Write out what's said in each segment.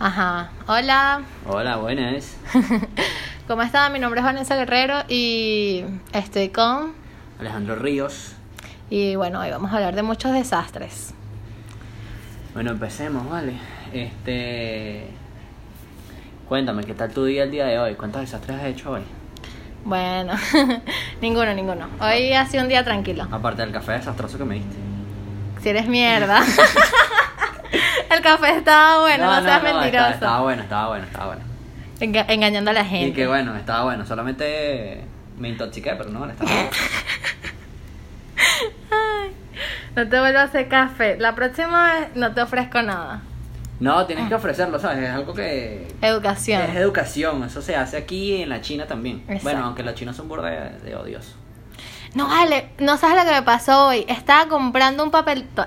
Ajá. Hola, Hola, buenas. ¿cómo están? Mi nombre es Vanessa Guerrero y estoy con... Alejandro Ríos. Y bueno, hoy vamos a hablar de muchos desastres. Bueno, empecemos, vale. Este. Cuéntame, ¿qué tal tu día el día de hoy? ¿Cuántos desastres has hecho hoy? Bueno, ninguno, ninguno. Hoy ha sido un día tranquilo. Aparte del café desastroso que me diste. Si eres mierda. El café estaba bueno, no, seas Estaba, mentiroso. estaba bueno, estaba bueno, estaba bueno. Enga- engañando a la gente. Y que bueno, estaba bueno. Solamente me intoxiqué, pero no, estaba bueno. No te vuelvo a hacer café. La próxima vez no te ofrezco nada. No, tienes que ofrecerlo, ¿sabes? Es algo que. Educación. Es educación, eso se hace aquí y en la China también. Exacto. Bueno, aunque los chinos son burda de, de odiosos. No vale, no sabes lo que me pasó hoy. Estaba comprando un papel to-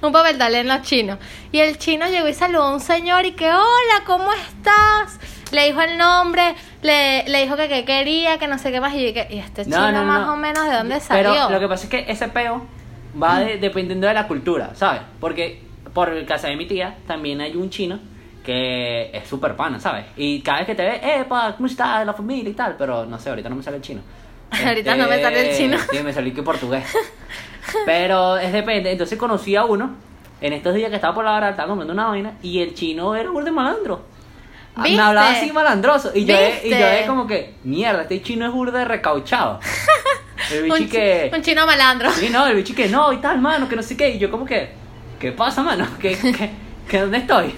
un papel toalé en los chinos. Y el chino llegó y saludó a un señor y que, hola, ¿cómo estás? Le dijo el nombre, le, le dijo que, que quería, que no sé qué más. Y, yo que, y este chino más o menos de dónde salió. Mm. Pero lo que pasa es que ese peo va de- dependiendo de la cultura, ¿sabes? Porque por casa de mi tía también hay un chino que es súper pana, ¿sabes? Y cada vez que te ve, eh, pa, ¿cómo estás? La familia y tal, pero no sé, ahorita no me sale el chino. Este, Ahorita no me sale el chino. Sí, me salió que portugués. pero es depende. Entonces conocí a uno en estos días que estaba por la barra, estaba comprando una vaina y el chino era un de malandro. Ah, ¿Viste? Me hablaba así malandroso. Y yo, y yo ¿Viste? como que, mierda, este chino es burda de recauchado. El un, bichi chi- que. un chino malandro. Sí, no, el bichi que no, y tal, mano, que no sé qué. Y yo, como que, ¿qué pasa, mano? ¿Qué, qué, qué- dónde estoy?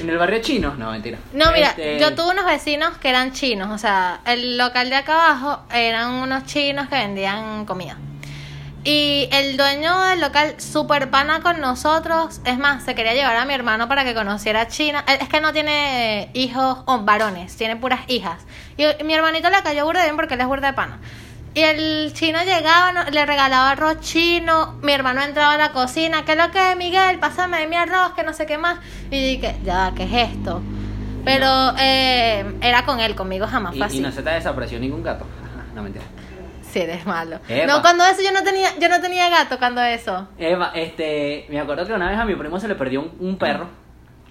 ¿En el barrio chino? No, mentira. No, mira, Este, yo tuve unos vecinos que eran chinos, o sea, el local de acá abajo eran unos chinos que vendían comida. Y el dueño del local, super pana con nosotros, es más, se quería llevar a mi hermano para que conociera China. Él- Es que no tiene hijos o varones, tiene puras hijas. Y mi hermanito le cayó burda bien porque él es burda de pana. Y el chino llegaba, no- le regalaba arroz chino, mi hermano entraba a la cocina, ¿qué es lo que es, Miguel? Pásame de mi arroz, que no sé qué más. Y dije, ya, ¿qué es esto? Pero eh, era con él, conmigo jamás Y, fácil. y no se te desapareció ningún gato. No, mentira. Si eres malo. Epa. No, cuando eso yo no tenía, yo no tenía gato cuando eso. Eva, este, me acuerdo que una vez a mi primo se le perdió un, un perro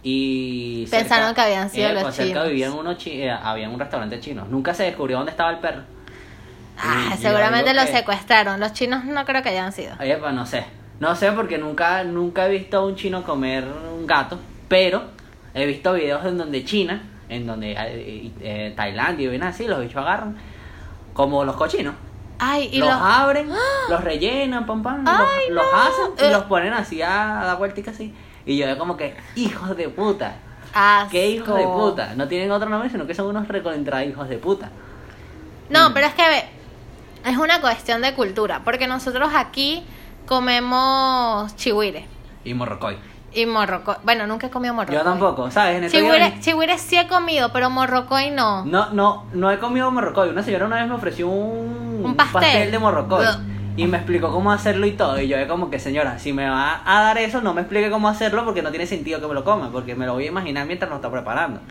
y Pensaron que habían sido Epa, los cerca chinos. vivían unos chi- eh, había un restaurante chino. Nunca se descubrió dónde estaba el perro. Ah, Y- y seguramente algo lo que- secuestraron. Los chinos no creo que hayan sido. Epa, pues no sé. No sé porque nunca, nunca he visto a un chino comer un gato, pero he visto videos en donde China, en donde eh, eh, Tailandia y bien así, los bichos agarran como los cochinos. Ay, y los, los. ¡Ah! abren, los rellenan, pam, pam, los- Ay, los, no. hacen y Eh. los ponen así a, dar vueltas así. Y yo como que, hijos de puta, Asco. qué hijos de puta. No tienen otro nombre, sino que son unos recontra hijos de puta. No, pero es que ve, es una cuestión de cultura. Porque nosotros aquí comemos chihuire Y morrocoy. y morrocoy. Bueno, nunca he comido morrocoy. Yo tampoco, ¿sabes? En estos días- Chihuire, chihuire sí he comido, pero morrocoy no. No, no, no he comido morrocoy. Una señora una vez me ofreció un, Un pastel. de morrocoy. Blah. Y me explicó cómo hacerlo y todo. Y yo es como que, señora, si me va a dar eso, no me explique cómo hacerlo porque no tiene sentido que me lo coma. Porque me lo voy a imaginar mientras lo está preparando.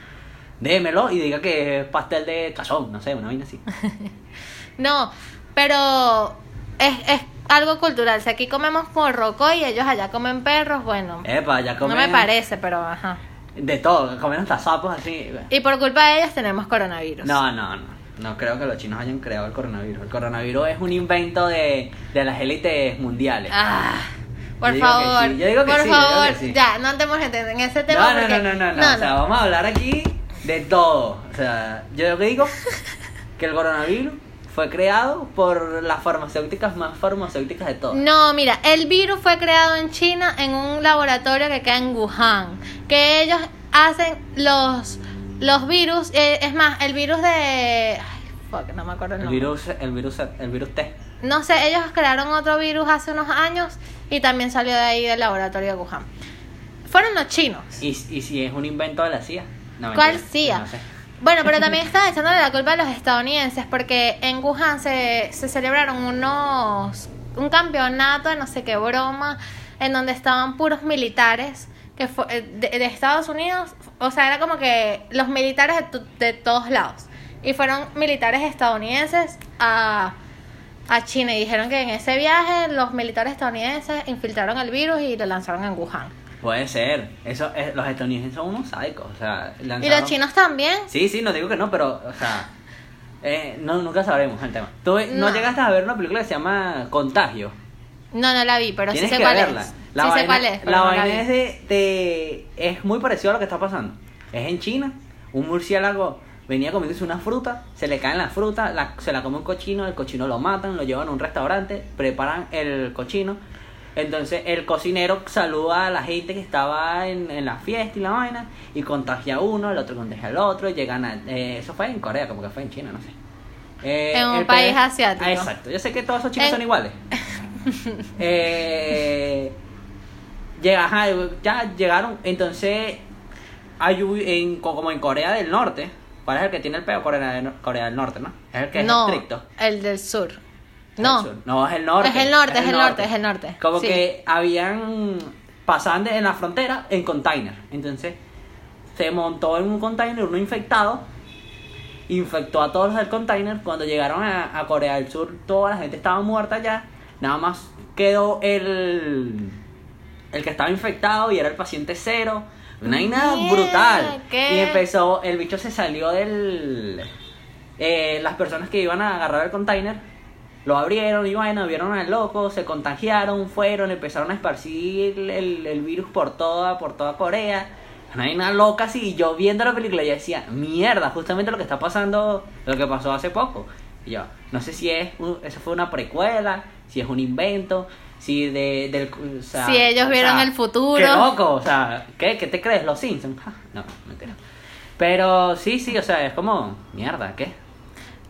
Démelo y diga que es pastel de cazón, no sé, una vaina así. No, pero es, es algo cultural. Si aquí comemos morrocoy y ellos allá comen perros, bueno. Epa, ya No Eh, comen me parece, pero ajá. De todo, comen hasta sapos así. Y por culpa de ellas tenemos coronavirus. No, no, no. No creo que los chinos hayan creado el coronavirus. El coronavirus es un invento de, de las élites mundiales. Ah, por Yo digo que favor. sí, yo digo que por sí, yo digo favor, que sí. ya, no andemos en- en ese este tema. No, no, porque- no, no, no, no, O sea, vamos a hablar aquí de todo. O sea, yo lo que digo que el coronavirus fue creado por las farmacéuticas más farmacéuticas de todas. No, mira, el virus fue creado en China en un laboratorio que queda en Wuhan, que ellos hacen los los virus, eh, es más, el virus de ay, fuck, no me acuerdo el El nombre. virus, el virus, el virus T. No sé, ellos crearon otro virus hace unos años y también salió de ahí del laboratorio de Wuhan. Fueron los chinos. Y, y si es un invento de la CIA. No, ¿Cuál mentira, CIA? no sé. Bueno, pero también estaba echándole la culpa a los estadounidenses porque en Wuhan se, se celebraron unos un campeonato de no sé qué broma en donde estaban puros militares que fue- eh, de, de Estados Unidos, o sea, era como que los militares de, tu- de todos lados y fueron militares estadounidenses a a China y dijeron que en ese viaje los militares estadounidenses infiltraron el virus y lo lanzaron en Wuhan. Puede ser. Eso es- los estadounidenses son unos sádicos. O sea, Y los lanzaron- chinos también. Sí, sí, no digo que no, pero, o sea, eh, no, nunca sabremos el tema. ¿Tú no, No. llegaste a ver una película que se llama Contagio? No, no la vi, pero sí Tienes sé que cuál verla. es. La sí vaina, sé cuál es, pero la no la vaina vi. es de, de- Es muy parecido a lo que está pasando. Es en China. Un murciélago venía comiéndose una fruta, se le caen las frutas, la- se la come un cochino, el cochino lo matan, lo llevan a un restaurante, preparan el cochino. Entonces el cocinero saluda a la gente que estaba en, en la fiesta y la vaina y contagia a uno, el otro contagia al otro, llegan a... eh, eso fue en Corea, como que fue en China, no sé. Eh, En un el país pe- asiático. Ah, exacto, yo sé que todos esos chinos En- son iguales. Eh, llega, ajá, ya llegaron, entonces hay un- en, co- como en Corea del Norte, ¿cuál es el que tiene el peo? Corea del, Corea del Norte, ¿no? Es el que es no, estricto. el del sur. El No, sur. no, es el norte. Es el norte, es el norte, es el norte. Como Sí. que habían pasaban de- en la frontera en container. Entonces se montó en un container uno infectado, infectó a todos los del container. Cuando llegaron a, a Corea del Sur, toda la gente estaba muerta ya. Nada más quedó el el que estaba infectado y era el paciente cero. Una vaina Mierda, brutal. ¿qué? Y empezó, el bicho se salió del. eh, las personas que iban a agarrar el container lo abrieron y bueno, vieron al loco, se contagiaron, fueron, empezaron a esparcir el, el virus por toda, por toda Corea. Una vaina loca así. Y yo viendo la película, yo decía, mierda, justamente lo que está pasando, lo que pasó hace poco. Y yo, no sé si es un- eso fue una precuela, si es un invento, si de, del. o sea, Si ellos vieron el futuro. Qué loco, o sea, ¿qué, qué te crees? Los Simpsons. Ja, no, mentira. Pero sí, sí, o sea, es como, mierda, ¿qué?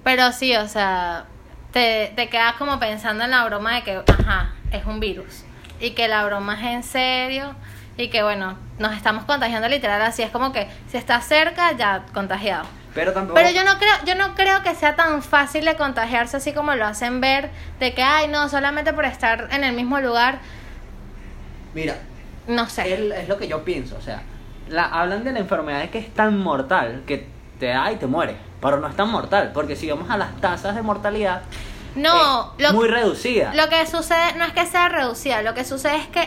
Pero sí, o sea, te, te quedas como pensando en la broma de que, ajá, es un virus. Y que la broma es en serio. Y que, bueno, nos estamos contagiando literal así. Es como que si estás cerca, ya contagiado. Pero tampoco. Pero yo no creo, yo no creo que sea tan fácil de contagiarse así como lo hacen ver, de que ay no, solamente por estar en el mismo lugar, Mira, no sé. es, es lo que yo pienso, o sea, la, hablan de la enfermedad que es tan mortal que te da y te mueres, pero no es tan mortal, porque si vamos a las tasas de mortalidad, no, es eh, muy reducida. Lo que sucede no es que sea reducida, lo que sucede es que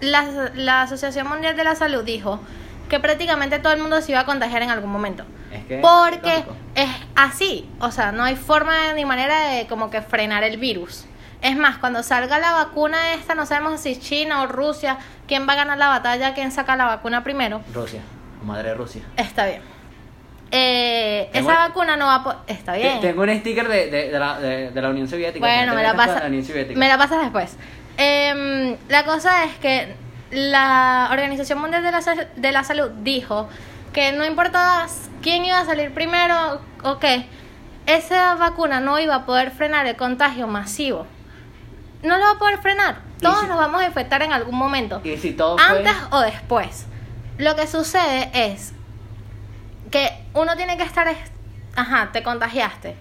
la, la Asociación Mundial de la Salud dijo que prácticamente todo el mundo se iba a contagiar en algún momento. Es que es porque lógico. es así, o sea, no hay forma ni manera de como que frenar el virus. Es más, cuando salga la vacuna esta, no sabemos si China o Rusia, quién va a ganar la batalla, quién saca la vacuna primero. Rusia, madre de Rusia. Está bien. Eh, Tengo- esa vacuna no va a... po- Está bien. Te- Tengo un sticker de, de- de la, de- de la Unión Soviética. Bueno, Imagínate me la, ver esto de pasa, la Unión Soviética. me la pasas después. Em, la cosa es que la Organización Mundial de la, Sa- de la Salud dijo que no importaba quién iba a salir primero o qué, esa vacuna no iba a poder frenar el contagio masivo. No lo va a poder frenar. Y Todos si- nos vamos a infectar en algún momento. Y si todo fue- Antes o después. Lo que sucede es que uno tiene que estar, es- ajá, te contagiaste,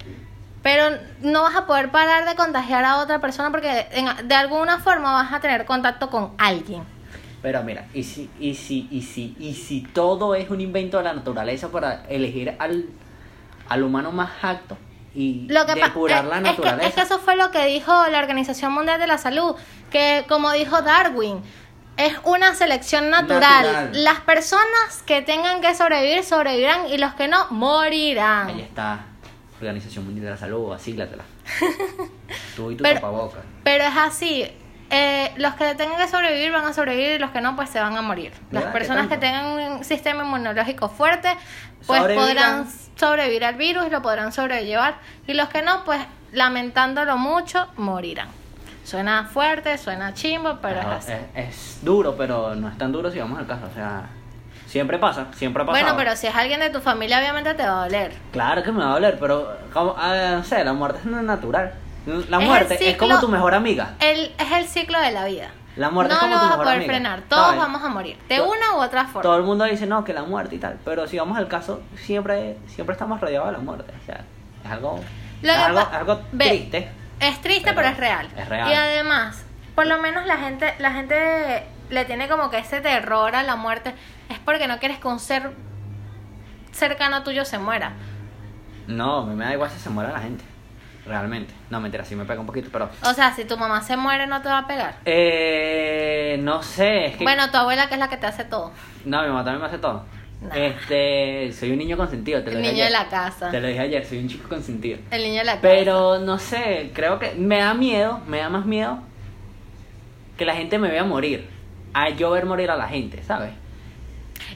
pero no vas a poder parar de contagiar a otra persona porque en- de alguna forma vas a tener contacto con alguien. Pero mira, y si, y si, y si, y si todo es un invento de la naturaleza para elegir al, al humano más apto y Lo que pa- depurar eh, la es, que, naturaleza. es que eso fue lo que dijo la Organización Mundial de la Salud, que como dijo Darwin, es una selección natural. Natural. Las personas que tengan que sobrevivir sobrevivirán y los que no morirán. Ahí está, Organización Mundial de la Salud, asíglatela. Tú y tu Pero- tapabocas. Pero es así. eh, los que tengan que sobrevivir van a sobrevivir y los que no, pues se van a morir. Las ¿Verdad? ¿Qué personas que tanto? tengan un sistema inmunológico fuerte, pues Sobrevivirán. podrán sobrevivir al virus, lo podrán sobrellevar. Y los que no, pues lamentándolo mucho, morirán. Suena fuerte, suena chimbo, pero es Ajá, eh, así. es, es duro, pero no es tan duro si vamos al caso. O sea, siempre pasa, siempre ha Bueno, pasado. pero si es alguien de tu familia, obviamente te va a doler. Claro que me va a doler, pero como, ah, no sé, la muerte es natural. La Es el muerte es, ciclo- como tu mejor amiga. El, es el ciclo de la vida. La muerte no es como lo tu vas a mejor poder amiga, frenar. Todos ¿sabes? vamos a morir, de To- una u otra forma. Todo el mundo dice, no, que la muerte y tal. Pero si vamos al caso, siempre, siempre estamos rodeados de la muerte. O sea, es algo, Lo es que algo, pa- algo ve, triste. Es triste, pero, Pero es real. es real. Y además, por lo menos la gente, la gente le tiene como que ese terror a la muerte. Es porque no quieres que un ser cercano tuyo se muera. No, me da igual si se muere la gente. realmente. No, mentira, sí me pega un poquito, pero... O sea, si tu mamá se muere, no te va a pegar. Eh, no sé, es que... Bueno, tu abuela que es la que te hace todo. No, mi mamá también me hace todo. Nah. Este, soy un niño consentido, te lo El dije niño de ayer. la casa. Te lo dije ayer, soy un chico consentido. El niño de la casa. Pero no sé, creo que me da miedo, me da más miedo que la gente me vea morir. A yo ver morir a la gente, ¿sabes?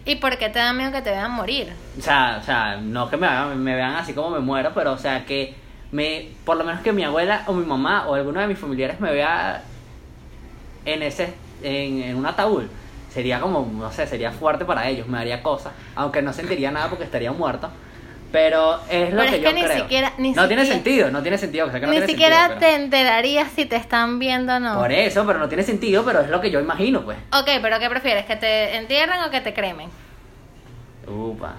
¿Y por qué te da miedo que te vean morir? O sea, o sea no que me, vean- me vean así como me muero, pero o sea que me, por lo menos que mi abuela o mi mamá o alguno de mis familiares me vea en ese, en, en un ataúd. Sería como, no sé, sería fuerte para ellos, me daría cosas, aunque no sentiría nada porque estaría muerto. Pero es lo Pero que es yo que ni creo. siquiera- ni no tiene siquiera- sentido, no tiene sentido. o sea que no Ni tiene siquiera sentido, te pero- enterarías si te están viendo o no. Por e- eso, pero no tiene sentido, pero es lo que yo imagino, pues. Ok, pero ¿qué prefieres? ¿Que te entierren o que te cremen? Upa.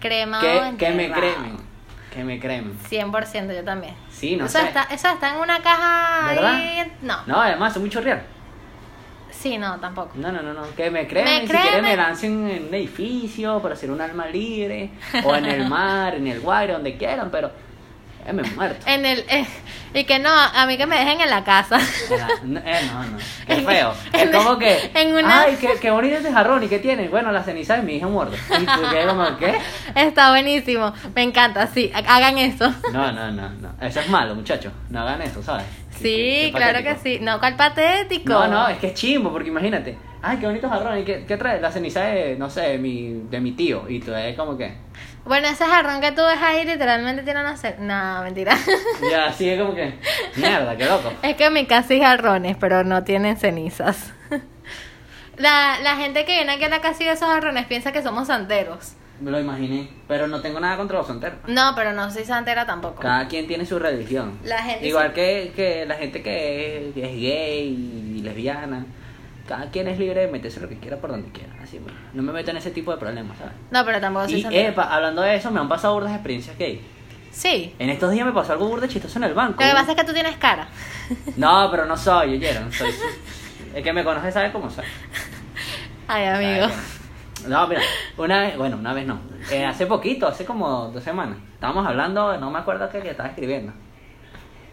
Cremado que, que me enterrado. cremen. Que me cremen. 100% yo también. Sí, no eso sé. Está, eso está en una caja ¿Verdad? ahí. No. No, además, es mucho real. Sí, no, tampoco. No, no, no, no. Que me cremen. Me si quieren cremen. me lancen en un edificio para ser un alma libre. O en el mar, en el guaire, donde quieran, pero. eh, me muerto. En el eh, y que no, a mí que me dejen en la casa. Era- no, eh, no, no. Qué feo. en- Es como que. en una- Ay, qué, qué bonito este jarrón. ¿Y qué tiene? Bueno, la ceniza de mi hija muerta. Y tú quedas como, ¿qué? está buenísimo. Me encanta, sí, ha- hagan eso. No, no, no, no. Eso es malo, muchachos. No hagan eso, ¿sabes? Qué- qué- Sí, qué claro que patético. sí. No, cuál patético. No, no, es que es chimbo, porque imagínate. Ay, qué bonito jarrón. ¿Y qué, qué trae? La ceniza de, no sé, de mi, de mi tío. Y tú es como que. Bueno, ese jarrón que tú ves ahí literalmente tiene una ce- No, mentira. Ya, así es como que. Mierda, qué loco. Es que en mi casa hay jarrones, pero no tienen cenizas. La, la gente que viene aquí a la casa y ve esos jarrones piensa que somos santeros. Me lo imaginé. Pero no tengo nada contra los santeros. No, pero no soy santera tampoco. Cada quien tiene su religión. La gente Igual que, que la gente que es, que es gay y lesbiana. Cada quien es libre de meterse lo que quiera por donde quiera. Así mismo. No me meto en ese tipo de problemas, ¿sabes? No, pero tampoco soy Y, santera. epa, hablando de eso, me han pasado burdas experiencias gay. Sí. En estos días me pasó algo burda chistoso en el banco. Lo que pasa es que tú tienes cara. No, pero no soy, oyeron. Soy, el que me conoce sabe cómo soy. Ay, amigo. No, mira, una vez, bueno, una vez no. Eh, hace poquito, hace como dos semanas, estábamos hablando, no me acuerdo qué que estaba escribiendo.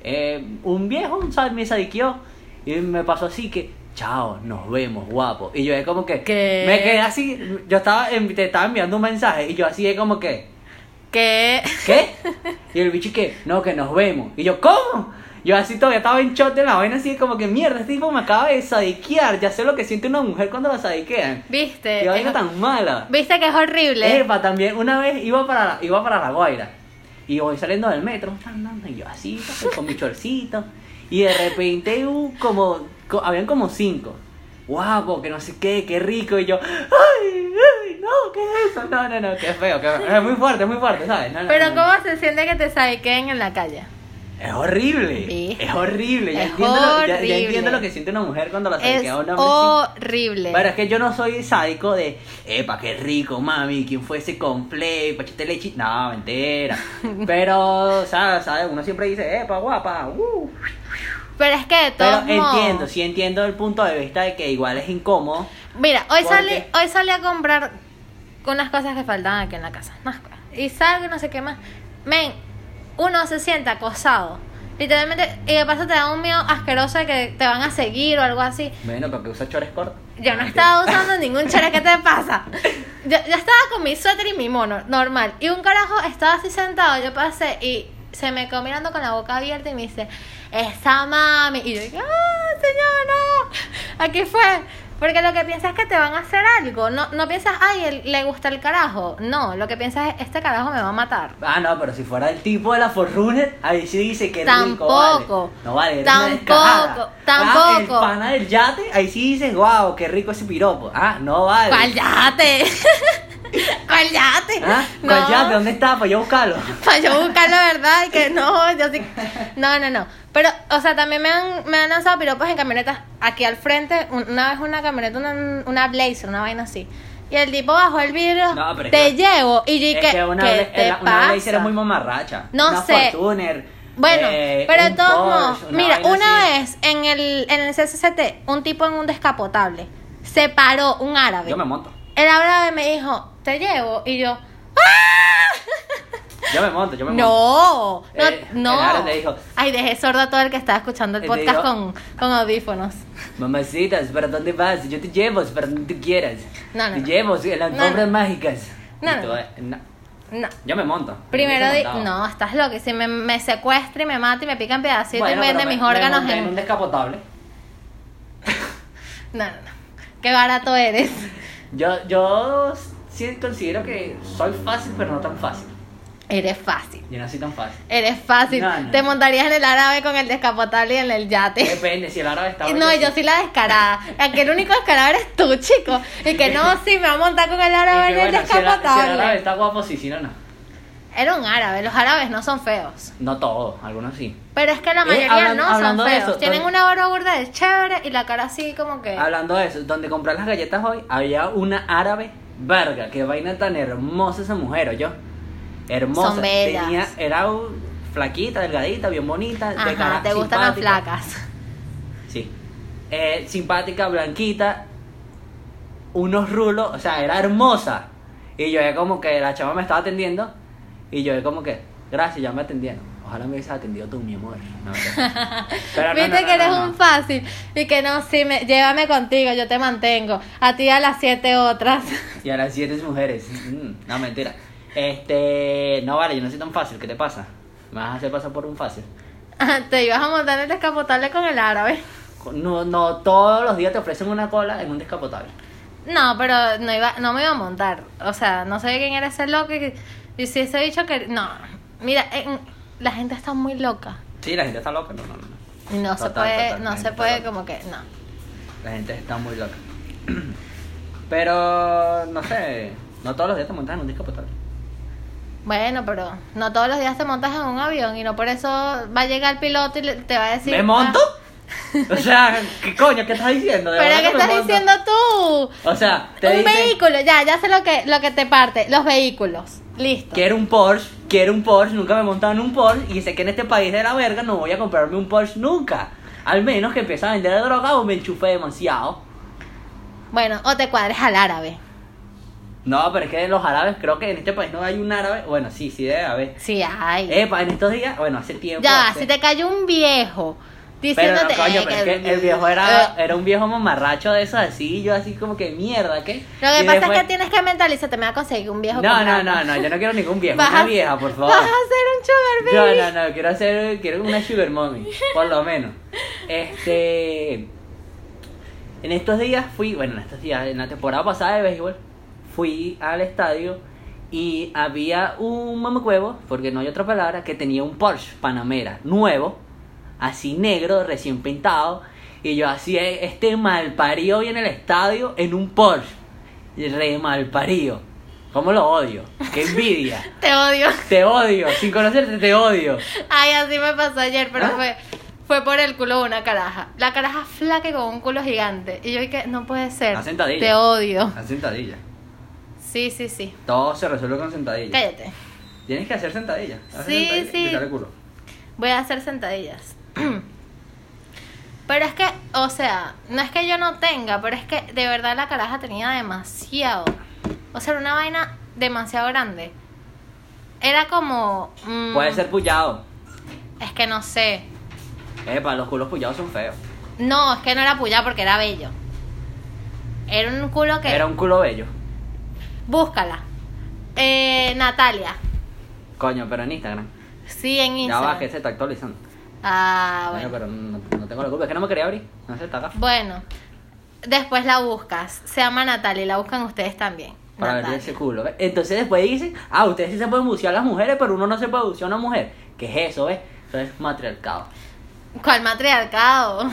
Eh, un viejo, un sal, me sadiqueó y me pasó así que, chao, nos vemos, guapo. Y yo es como que, ¿Qué? me quedé así, yo estaba, en- te estaba enviando un mensaje y yo así es como que, Que ¿Qué? Y el bicho que, no, que nos vemos. Y yo, ¿cómo? Yo así todavía estaba en shot de la vaina, así como que mierda, este tipo me acaba de sadiquear. Ya sé lo que siente una mujer cuando la sadiquean. viste. Qué vaina Es- tan mala. Viste que es horrible. Epa, también una vez iba para, iba para La Guaira y voy saliendo del metro, tan, tan, tan, y yo así, pues, con mi chorcito, y de repente uh, como, co- habían como cinco. Guapo, que no sé qué, qué rico, y yo, ¡ay, ay, no, qué es eso! No, no, no, qué feo, qué feo. Es muy fuerte, es muy fuerte, ¿sabes? No, no, pero no, no. ¿cómo se siente que te sadiqueen en la calle? Es horrible, Viste. es horrible, ya, Es entiendo Lo, ya- ya horrible. entiendo lo que siente una mujer cuando la Es saquea a un hombre. sí. horrible. Pero es que yo no soy sádico de, epa, qué rico, mami, quien fuese con play, pachete leche. No, mentira. Pero, o sea, ¿sabes? Uno siempre dice, epa, guapa, uh. Pero es que de Pero todos modos- entiendo, sí entiendo el punto de vista de que igual es incómodo. Mira, hoy ¿Por salí, qué? hoy salí a comprar unas cosas que faltaban aquí en la casa. unas cosas. Y salgo y no sé qué más. Men, uno se siente acosado. Literalmente, y de paso te da un miedo asqueroso de que te van a seguir o algo así. Bueno, porque usa chores cortos. Yo no estaba usando ningún chore, ¿qué te pasa? Yo, yo estaba con mi suéter y mi mono, normal. Y un carajo estaba así sentado, yo pasé y se me quedó mirando con la boca abierta y me dice, esa mami. Y yo dije, ¡ah, señora! Aquí fue. Porque lo que piensas es que te van a hacer algo. No, no piensas, ay, él- le gusta el carajo. No, lo que piensas es, este carajo me va a matar. Ah, no, pero si fuera el tipo de la Forrunner, ahí sí dice que rico, Tampoco. vale. No vale, eres una Tampoco, descarada. Ah, el tampoco. pana del yate, ahí sí dices, wow, qué rico ese piropo. Ah, no vale. ¿Cuál yate? ¿Cuál yate? ¿Ah? No. ¿Cuál yate? ¿Dónde está? Para yo buscarlo. para yo buscar la verdad y que no, yo sí. No, no, no. Pero, o sea, también me han, me han lanzado piropos en camionetas. Aquí al frente, un- una vez una camioneta, una, una blazer, una vaina así. Y el tipo bajó el vidrio, No, pero es te que- llevo. Y yo, y Es que, que una, ¿qué Bla- te era- una pasa? Blazer era muy mamarracha. No Una sé. Fortuner, Bueno, eh, pero de un todos Porsche, modos, una mira, vaina una así. vez en el, en el CCCT, un tipo en un descapotable se paró, un árabe. Yo me monto. El árabe me dijo, te llevo. Y yo, ¡ah! Yo me monto, yo me monto. No, no, Eh, no. el Aaron le dijo- Ay, dejé sordo a todo el que estaba escuchando el Le podcast dijo- con, con audífonos. Mamacitas, ¿para dónde vas? Yo te llevo, para donde tú quieras. No, no, Te no. llevo en las No, no. alfombras mágicas. No, Y no. tú, eh, no. No. Yo me monto. Primero, Me di- hubiese montado. no, estás loco. Si me, me secuestra y me mata y me pican pedacitos Bueno, y me vende pero me- mis me órganos monté en un en... descapotable. No, no, no. Qué barato eres. Yo, yo sí considero que soy fácil, pero no tan fácil. Eres fácil. Yo no soy tan fácil. Eres fácil. No, Eh, no. Te montarías en el árabe con el descapotable y en el yate. Depende, si el árabe está Y No, bonito, yo sí. soy la descarada. Aquel único descarado eres tú, chico. Y que no, sí, me va a montar con el Y árabe en que el bueno, si el- Si el árabe descapotable. está guapo, sí, si no, no. Era un árabe. Los árabes no son feos. No todos, algunos sí. Pero es que la Eh, mayoría hablan- no son hablando de feos. eso, Tienen don- una barba gorda de chévere y la cara así como que. Hablando de eso, donde compré las galletas hoy, había una árabe verga. Qué vaina tan hermosa esa mujer, yo. Hermosa. Son bellas. Tenía, era un- flaquita, delgadita, bien bonita. de Ajá, cara te gustan las simpática. flacas. Sí. Eh, simpática, blanquita, unos rulos, o sea, era hermosa. Y yo era como que la chava me estaba atendiendo y yo era como que, gracias, ya me atendieron. Ojalá me hubieses atendido tú, mi amor. No, pero- pero no, Viste no, que no, no, eres no. un fácil y que no, sí, me, llévame contigo, yo te mantengo. A ti a las siete otras. Y ahora sí eres mujeres. Mm, no, mentira. Este, no vale, yo no soy tan fácil, ¿qué te pasa? Me vas a hacer pasar por un fácil. Ah, te ibas a montar en el descapotable con el árabe. No, no, todos los días te ofrecen una cola en un descapotable. No, pero no iba, no me iba a montar. O sea, no sabía quién era ese loco. Y, y si ese bicho que. No. Mira, en- la gente está muy loca. Sí, la gente está loca, no, no, no. Y no se Total, puede, total, no la se gente puede está como que. No. La gente está muy loca. Pero, no sé, no todos los días te montas en un descapotable. Bueno, pero no todos los días te montas en un avión y no por eso va a llegar el piloto y le- te va a decir. ¿Me monto? "Ah, O sea, ¿qué coño? ¿Qué estás diciendo? ¿De ¿Pero verdad qué que me estás monto? diciendo tú? O sea, te un dicen, vehículo, ya, ya sé lo que, lo que te parte, los vehículos. Listo. quiero un Porsche, quiero un Porsche, nunca me he montado en un Porsche y sé que en este país de la verga no voy a comprarme un Porsche nunca. Al menos que empiece a vender droga o me enchufe demasiado. Bueno, o te cuadres al árabe. No, pero es que los árabes, creo que en este país no hay un árabe. Bueno, sí, sí debe haber. Sí, hay. Epa, en estos días, bueno, hace tiempo. ya, hace- si te cayó un viejo eh. Pero no, diciéndote. coño, eh, pero es que- que el viejo era, Eh, era un viejo mamarracho de esos así, y yo así como que mierda, ¿qué? Lo que Y pasa después- es que tienes que mentalizarte, me va a conseguir un viejo. No, con no, ganas. no, no, yo no quiero ningún viejo, Vas una a- vieja, por favor. Vas a ser un sugar No, baby. no, no, quiero hacer, quiero una sugar mommy, por lo menos. Este, en estos días fui, bueno, en estos días, en la temporada pasada de béisbol, fui al estadio y había un mamacuevo, porque no hay otra palabra, que tenía un Porsche Panamera nuevo, así negro, recién pintado, y yo así, "Eh, este malparido viene al estadio en un Porsche, Y re malparido. ¿Cómo lo odio? ¡Qué envidia! Te odio. Te odio, sin conocerte te odio. Ay, así me pasó ayer, pero ¿Ah? fue fue por el culo de una caraja. La caraja flaca y con un culo gigante. Y yo dije, no puede ser. Haz sentadilla. Te odio. Haz sentadilla. Sí, sí, sí. Todo se resuelve con sentadilla. Cállate. Tienes que hacer sentadilla. Haz Sí, sentadilla y sí. te sale culo. Voy a hacer sentadillas. Pero es que, o sea, no es que yo no tenga, pero es que de verdad la caraja tenía demasiado. O sea, era una vaina demasiado grande. Era como. mm, Puede ser pullado. Es que no sé. Epa, los culos pullados son feos. No, es que no era puya porque era bello. Era un culo que. Era un culo bello. Búscala. Eh, Natalia. Coño, pero en Instagram. Sí, en Ya Instagram. va, que se está actualizando. Ah, Bueno, bueno. pero no, no tengo la culpa. Es que no me quería abrir. No se está acá. Bueno. Después la buscas. Se llama Natalia y la buscan ustedes también. Para ver Natalia. ese culo. ¿ves? Entonces después dicen, ah, ustedes sí se pueden bucear las mujeres, pero uno no se puede bucear a una mujer. ¿Qué es eso, ves? Eso es matriarcado. ¿Cuál matriarcado?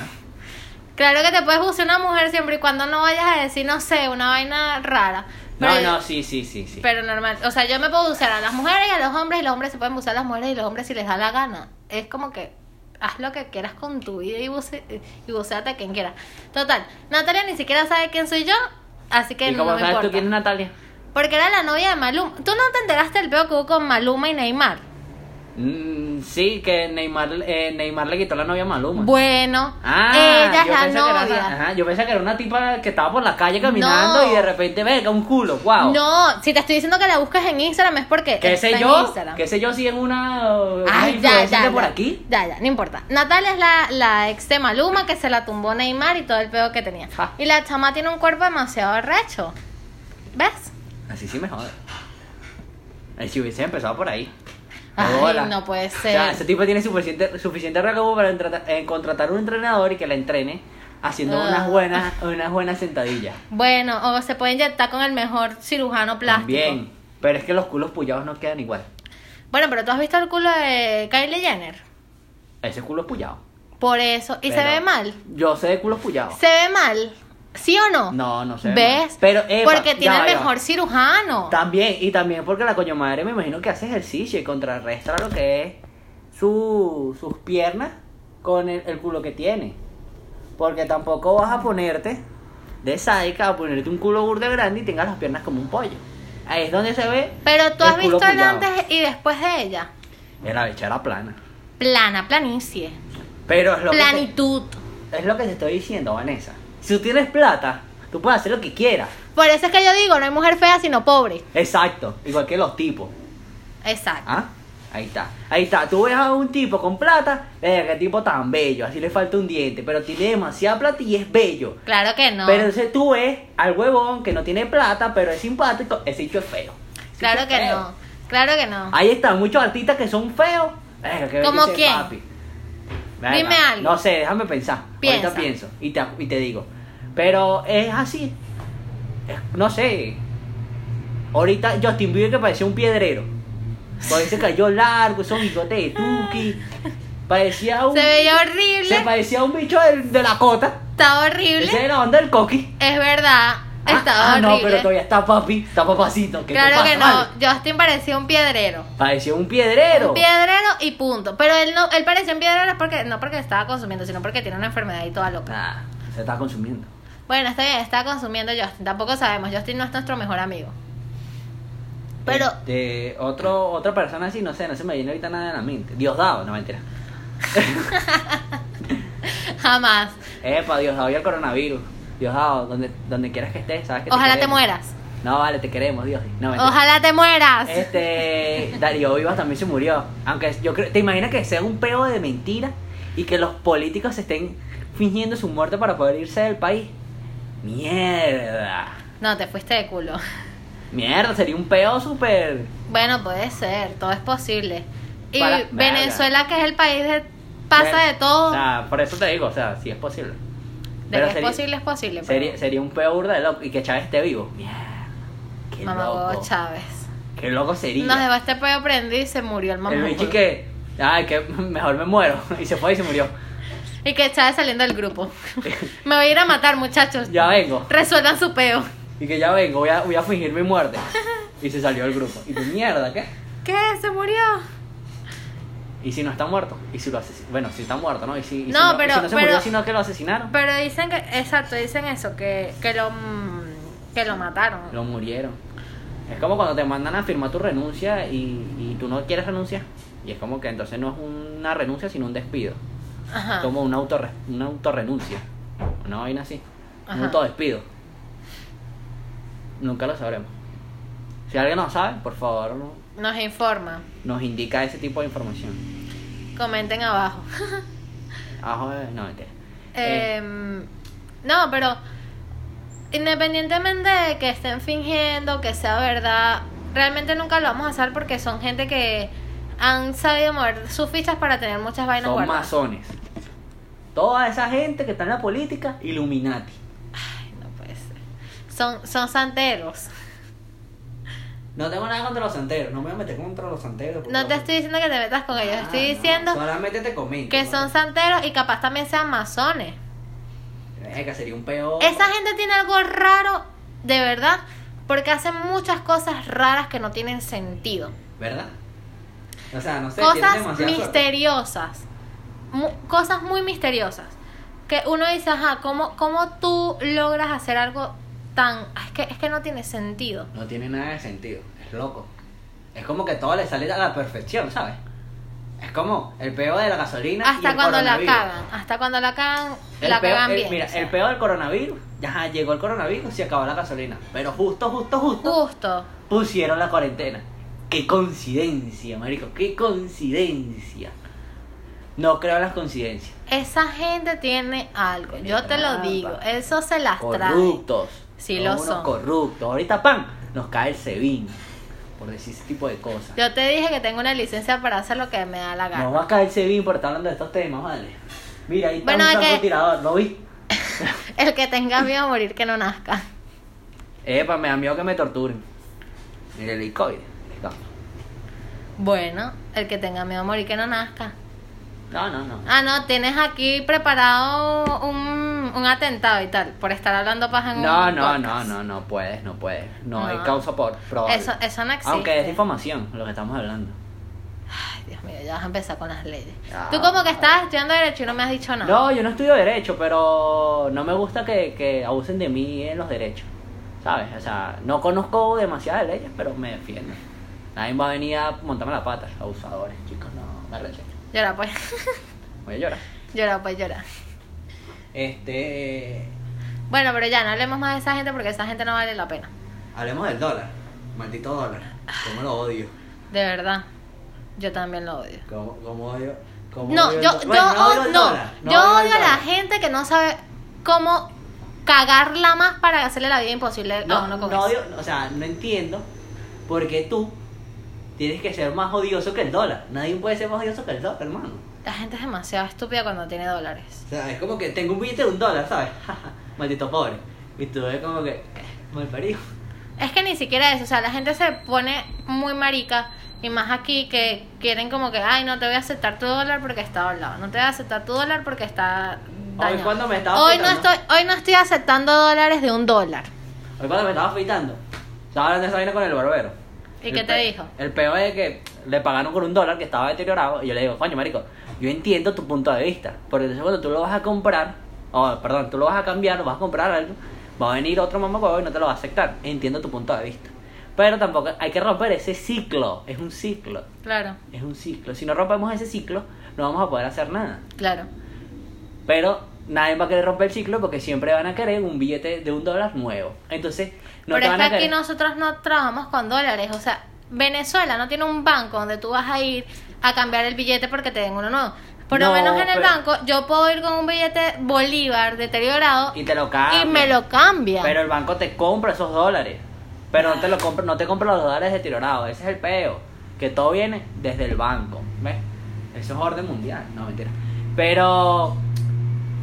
Claro que te puedes buscar una mujer siempre y cuando no vayas a decir, no sé, una vaina rara. No, Pero- no, sí, sí, sí, sí. Pero normal. O sea, yo me puedo usar a las mujeres y a los hombres, y los hombres se pueden usar a las mujeres y los hombres si les da la gana. Es como que haz lo que quieras con tu vida y, buce, y buceate a quien quiera. Total, Natalia ni siquiera sabe quién soy yo, así que ¿Y no cómo me sabes importa. tú quién es Natalia? Porque era la novia de Maluma. ¿Tú no te enteraste del peo que hubo con Maluma y Neymar? Mm, sí, que Neymar, eh, Neymar le quitó la novia a Maluma. Bueno, Ah, ella yo es pensé la que era novia. una- ajá, yo pensé que era una tipa que estaba por la calle caminando No. y de repente, venga, un culo, wow. No, si te estoy diciendo que la busques en Instagram es porque ¿Qué está sé en yo? Instagram. ¿Qué sé yo si es una, una Ay, Ah, ya, influencer ya, de ya. por aquí? Ya, ya, no importa. Natalia es la, la ex de Maluma que se la tumbó Neymar y todo el pedo que tenía. Ja. Y la chama tiene un cuerpo demasiado recho. ¿Ves? Así sí me jode. Ay, si hubiese empezado por ahí. Ay, Hola. no puede O sea, ser. ese tipo tiene suficiente, suficiente recurso para entrata- eh, contratar un entrenador y que la entrene haciendo Ah. unas buenas, unas buenas sentadillas. Bueno, o se puede inyectar con el mejor cirujano plástico. Bien. Pero es que los culos pullados no quedan igual. Bueno, pero tú has visto el culo de Kylie Jenner. Ese culo es pullado. Por eso. ¿Y se Pero ve mal? Yo sé de culos pullados. ¿Se ve mal? ¿Sí o no? No, no se ve ¿Ves? mal. Pero, epa, Porque ya tiene va, el ya va. mejor cirujano. También, y también porque la coño madre me imagino que hace ejercicio y contrarresta lo que es su, sus piernas con el, el culo que tiene. Porque tampoco vas a ponerte de sádica a ponerte un culo burda grande y tengas las piernas como un pollo. Ahí es donde se ve. Pero tú el has culo visto el culiao. antes y después de ella. En la bechera plana. Plana, planicie. Pero es lo, que te, Planitud. es lo que te estoy diciendo, Vanessa. Si tú tienes plata, tú puedes hacer lo que quieras. Por eso es que yo digo, no hay mujer fea sino pobre. Exacto, igual que los tipos. Exacto. ¿Ah? Ahí está. Ahí está. Tú ves a un tipo con plata, eh, qué tipo tan bello, así le falta un diente, pero tiene demasiada plata y es bello. Claro que no. Pero entonces tú ves al huevón que no tiene plata, pero es simpático, ese dicho es feo. Ese claro bicho es que feo. no. Claro que no. Ahí están muchos artistas que son feos. Verga, qué bello ¿Cómo ese quién? papi. Verga, Dime algo. No sé, déjame pensar. Piensa. Ahorita pienso y te, y te digo. Pero es así. Es- No sé. Ahorita Justin Bieber que parecía un piedrero. Porque se cayó largo, esos bigotes de tuki. Parecía Ah, un. Se veía horrible. se parecía un bicho del- de, la cota. Estaba horrible. Ese de la banda del coqui. Es verdad. Ah, Estaba ah, horrible. no, pero todavía está papi, está papacito. ¿qué te claro pasa, que no. vale? Justin parecía un piedrero. Parecía un piedrero. Un piedrero y punto. Pero él no, él parecía un piedrero porque, no porque estaba consumiendo, sino porque tiene una enfermedad y toda loca. Nah, se está consumiendo. Bueno, está bien, está consumiendo Justin. Tampoco sabemos. Justin no es nuestro mejor amigo. Pero, Este, otro, otra persona así, no sé, no se me viene ahorita nada a la mente. Diosdado, no mentira. jamás. Epa, Diosdado y el coronavirus. Diosdado, donde, donde quieras que estés, sabes que Ojalá te queremos. mueras. No, vale, te queremos, Dios. No, mentira. Ojalá te mueras. Este, Darío Vivas también se murió. Aunque yo creo, ¿te imaginas que sea un peo de mentira y que los políticos se estén fingiendo su muerte para poder irse del país? Mierda. No, te fuiste de culo. Mierda, sería un peo súper... Bueno, puede ser, todo es posible. Y Para- Venezuela, que es el país de pasa Bueno, de todo, O sea, por eso te digo, o sea, sí es posible. de pero que es sería- posible es posible. pero- Sería, sería un peo burda de loco y que Chávez esté vivo. Mierda. Qué Mamá huevo loco. Chávez. Qué loco sería. Nos dejó este pedo prendido y se murió el mamá. el bicho huevo. que. Ay, que mejor me muero. Y se fue y se murió. Y que Chávez saliendo del grupo. Me voy a ir a matar, muchachos. Ya vengo. Resuelvan su peo. Y que ya vengo, voy a, voy a fingir mi muerte. Y se salió del grupo. Y tú, mierda, ¿qué? ¿Qué? ¿Se murió? ¿Qué? Y si no está muerto. Y si lo asesinaron. Bueno, si está muerto, ¿no? Y si, y si No, y pero- si no se pero- murió, sino que lo asesinaron. Pero dicen que, exacto, dicen eso, que, que lo mm, que lo mataron. Lo murieron. Es como cuando te mandan a firmar tu renuncia y, y tú no quieres renunciar. Y es como que entonces no es una renuncia, sino un despido. Ajá. Como una, autorre- una autorrenuncia. Una vaina así. Ajá. Un autodespido. Nunca lo sabremos. Si alguien lo sabe, por favor, Nos informa. nos indica ese tipo de información. Comenten abajo. Ajo, eh, no, mentira. Eh, Em, no, pero independientemente de que estén fingiendo, que sea verdad, realmente nunca lo vamos a hacer porque son gente que han sabido mover sus fichas para tener muchas vainas son guardadas. masones. Toda esa gente que está en la política, Illuminati. Ay, no puede ser. Son, son santeros. No tengo nada contra los santeros, no me voy a meter contra los santeros. No te estoy diciendo que te metas con ellos, Ah, estoy diciendo solamente te comento. que son santeros y capaz también sean masones. Venga, sería un peor. Esa gente tiene algo raro, de verdad, porque hacen muchas cosas raras que no tienen sentido. ¿Verdad? O sea, no sé. tienen cosas demasiada suerte. misteriosas. Mu- cosas muy misteriosas. Que uno dice, ajá, ¿cómo, ¿cómo tú logras hacer algo tan... ah, Es que, es que no tiene sentido. No tiene nada de sentido, es loco. Es como que todo le sale a la perfección, ¿sabes? Es como el peo de la gasolina. y Hasta el cuando la coronavirus. cagan. Hasta cuando la cagan, El la peo- cagan el- bien. Mira, o sea. el peor del coronavirus, ya llegó el coronavirus y acabó la gasolina. Pero justo, justo, justo Justo. pusieron la cuarentena. Qué coincidencia, marico, qué coincidencia. No creo en las coincidencias. Esa gente tiene algo. Tiene Yo te lo trampa. digo. Eso se las trae. Corruptos. Sí Son lo unos son. Corruptos. Ahorita, ¡pam! Nos cae el Sebin. Por decir ese tipo de cosas. Yo te dije que tengo una licencia para hacer lo que me da la Nos gana. va a caer el Sebin por estar hablando de estos temas, vale. Mira, ahí está Bueno, un es que- saco tirador, ¿lo vi? El que tenga miedo a morir que no nazca. Epa, me da miedo que me torturen. Mira, el COVID. Bueno, el que tenga miedo a morir que no nazca. No, no, no. Ah, no, tienes aquí preparado un, un atentado y tal, por estar hablando paja en No, un no, Ah, podcast. no, no, no puedes, no puedes. No, hay No. causa por probable. Eso, eso no existe. Aunque es difamación lo que estamos hablando. Ay, Dios mío, ya vas a empezar con las leyes. Ah. Tú como que estabas estudiando Derecho y no me has dicho No. nada. yo no estudio derecho, pero no me gusta que, que abusen de mí en los derechos. ¿Sabes? O sea, no conozco demasiadas leyes, pero me defiendo. Nadie va a venir a montarme la pata. Abusadores, chicos, no, me reten. Llora pues, Voy a llorar. llora pues, llora. Este. Bueno, pero ya, no hablemos más de esa gente porque esa gente no vale la pena. Hablemos del dólar. Maldito dólar. ¿Cómo lo odio? De verdad, yo también lo odio. ¿Cómo, odio? No, yo, yo, od- no, yo odio a la gente que no sabe cómo cagarla más para hacerle la vida imposible a No, uno no, con eso. odio, o sea, no entiendo por qué tú tienes que ser más odioso que el dólar. Nadie puede ser más odioso que el dólar, hermano. La gente es demasiado estúpida cuando tiene dólares. O sea, es como que tengo un billete de un dólar, ¿sabes? Maldito pobre. Y tú es como que, "Eh, mal parido. Es que ni siquiera eso, o sea, la gente se pone muy marica y más aquí que quieren como que, ay, no te voy a aceptar tu dólar porque está doblado, no te voy a aceptar tu dólar porque está dañado. cuando me estaba hoy no afectando. estoy, hoy no estoy aceptando dólares de un dólar. Hoy cuando me estaba afeitando, estaba hablando de esa vaina con el barbero. ¿Y El qué te pe- dijo? El peor es que le pagaron con un dólar que estaba deteriorado. Y yo le digo, coño, marico, yo entiendo tu punto de vista. Porque entonces cuando tú lo vas a comprar, o perdón, tú lo vas a cambiar, lo vas a comprar algo, va a venir otro mamacuevo y no te lo va a aceptar. Entiendo tu punto de vista. Pero tampoco hay que romper ese ciclo. Es un ciclo. Claro, Es un ciclo. Si no rompemos ese ciclo, no vamos a poder hacer nada. claro. Pero nadie va a querer romper el ciclo porque siempre van a querer un billete de un dólar nuevo. Entonces, no te Pero es van que a aquí querer. nosotros no trabajamos con dólares, o sea, Venezuela no tiene un banco donde tú vas a ir a cambiar el billete porque te den uno nuevo. Por No, lo menos en el pero- banco yo puedo ir con un billete bolívar deteriorado Y te lo cambian. y me lo cambian. Pero el banco te compra esos dólares. Pero no te, lo compra, no te compra los dólares deteriorados. Ese es el peo. Que todo viene desde el banco. ¿Ves? Eso es orden mundial. No, mentira. Pero,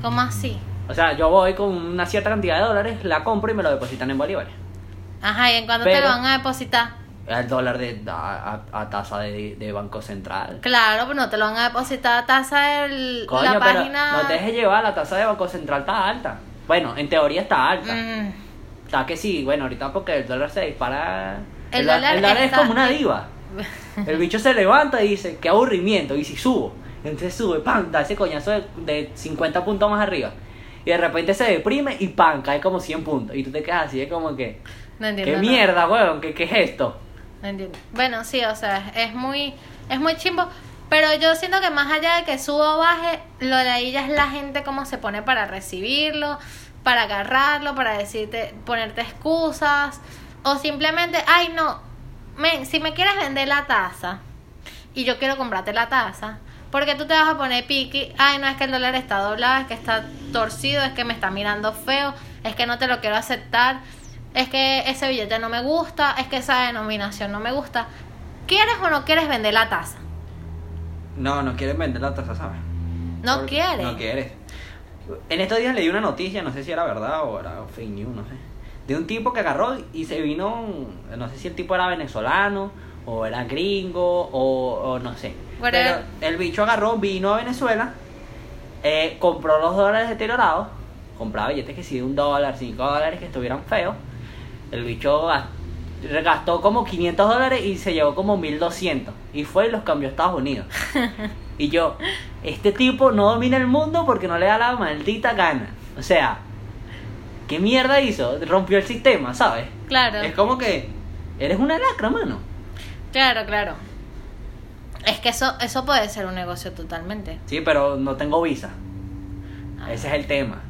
¿Cómo así? o sea, yo voy con una cierta cantidad de dólares, la compro y me lo depositan en bolívares. Ajá, ¿y en cuánto te Pero- lo van a depositar? El dólar de, a, a- a tasa de, de Banco Central. Claro, pero no te lo van a depositar a tasa del- Coño, la pero página. no te dejes llevar, la tasa de Banco Central está alta. Bueno, en teoría está alta. Mm, Está que sí, bueno, ahorita porque el dólar se dispara. El do- dólar es está- como una diva. El bicho se levanta y dice, qué aburrimiento, y si subo. Entonces sube, pan, da ese coñazo de, de 50 puntos más arriba. Y de repente se deprime y pan, cae como 100 puntos. Y tú te quedas así, es como que, no entiendo. qué no. mierda, weón, ¿qué, qué es esto? No entiendo. Bueno, sí, o sea, es muy, es muy chimbo. Pero yo siento que más allá de que suba o baje, lo de ahí ya es la gente cómo se pone para recibirlo, para agarrarlo, para decirte, ponerte excusas. O simplemente, ay no, men, si me quieres vender la taza y yo quiero comprarte la taza, porque tú te vas a poner piqui, ay no, es que el dólar está doblado, es que está torcido, es que me está mirando feo, es que no te lo quiero aceptar, es que ese billete no me gusta, es que esa denominación no me gusta. ¿Quieres o no quieres vender la taza? No, no quieren vender la taza, ¿sabes? No Por- quieres. No quieres. En estos días leí una noticia, no sé si era verdad o era fake news, no sé. De un tipo que agarró y se vino, un- no sé si el tipo era venezolano o era gringo o, o no sé. Whatever. Pero el bicho agarró, vino a Venezuela, eh, compró los dólares deteriorados, compraba billetes que sí de un dólar, cinco dólares que estuvieran feos. El bicho gas- gastó como 500 dólares y se llevó como 1200. Y fue y los cambió a Estados Unidos. Y yo, este tipo no domina el mundo porque no le da la maldita gana. O sea, ¿qué mierda hizo? Rompió el sistema, ¿sabes? Claro, Es como que eres una lacra, mano. claro, claro. Es que eso, eso puede ser un negocio totalmente. Sí, pero no tengo visa. Ah. Ese es el tema.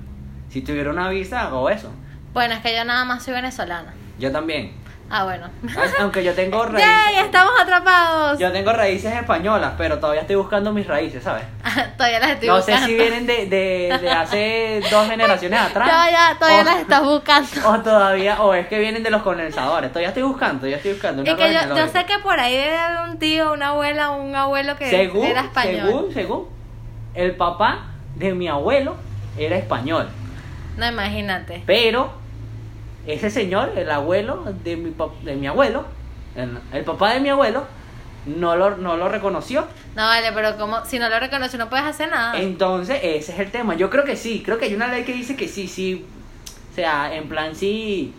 Si tuviera una visa, hago eso. Bueno, es que yo nada más soy venezolana. Yo también. Ah, bueno. Aunque yo tengo raíces. ¡Yay! ¡Estamos atrapados! Yo tengo raíces españolas, pero todavía estoy buscando mis raíces, ¿sabes? todavía las estoy no buscando. sé si vienen de, de, de hace dos generaciones atrás. Ya, ya, todavía o- las estás buscando. O todavía, o es que vienen de los condensadores. Todavía estoy buscando, todavía estoy buscando. una y que raíz yo, yo melódica. sé que por ahí debe haber un tío, una abuela, un abuelo que según, era español. según, según, el papá de mi abuelo era español. No, imagínate. Pero ese señor, el abuelo de mi, pa- de mi abuelo, el, el papá de mi abuelo, no lo, no lo reconoció. No, vale, pero como si no lo reconoces no puedes hacer nada. Entonces, ese es el tema. Yo creo que sí, creo que hay una ley que dice que sí, sí. O sea, en plan, sí.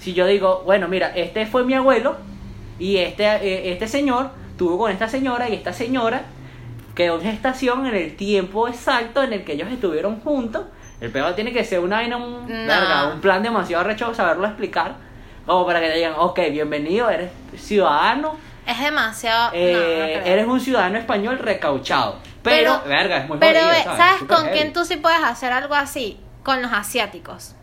Si yo digo, bueno, mira, este fue mi abuelo y este, eh, este señor tuvo con esta señora y esta señora quedó en gestación en el tiempo exacto en el que ellos estuvieron juntos. El peor tiene que ser una vaina, un, No. verga, un plan demasiado recho saberlo explicar. Como para que te digan, ok, bienvenido, eres ciudadano, Es demasiado. no, no eh, creo. eres un ciudadano español recauchado. Pero, verga, es muy Pero, jodido, ve, ¿sabes? ¿sabes, Súper con heavy. quién tú sí puedes hacer algo así? Con los asiáticos.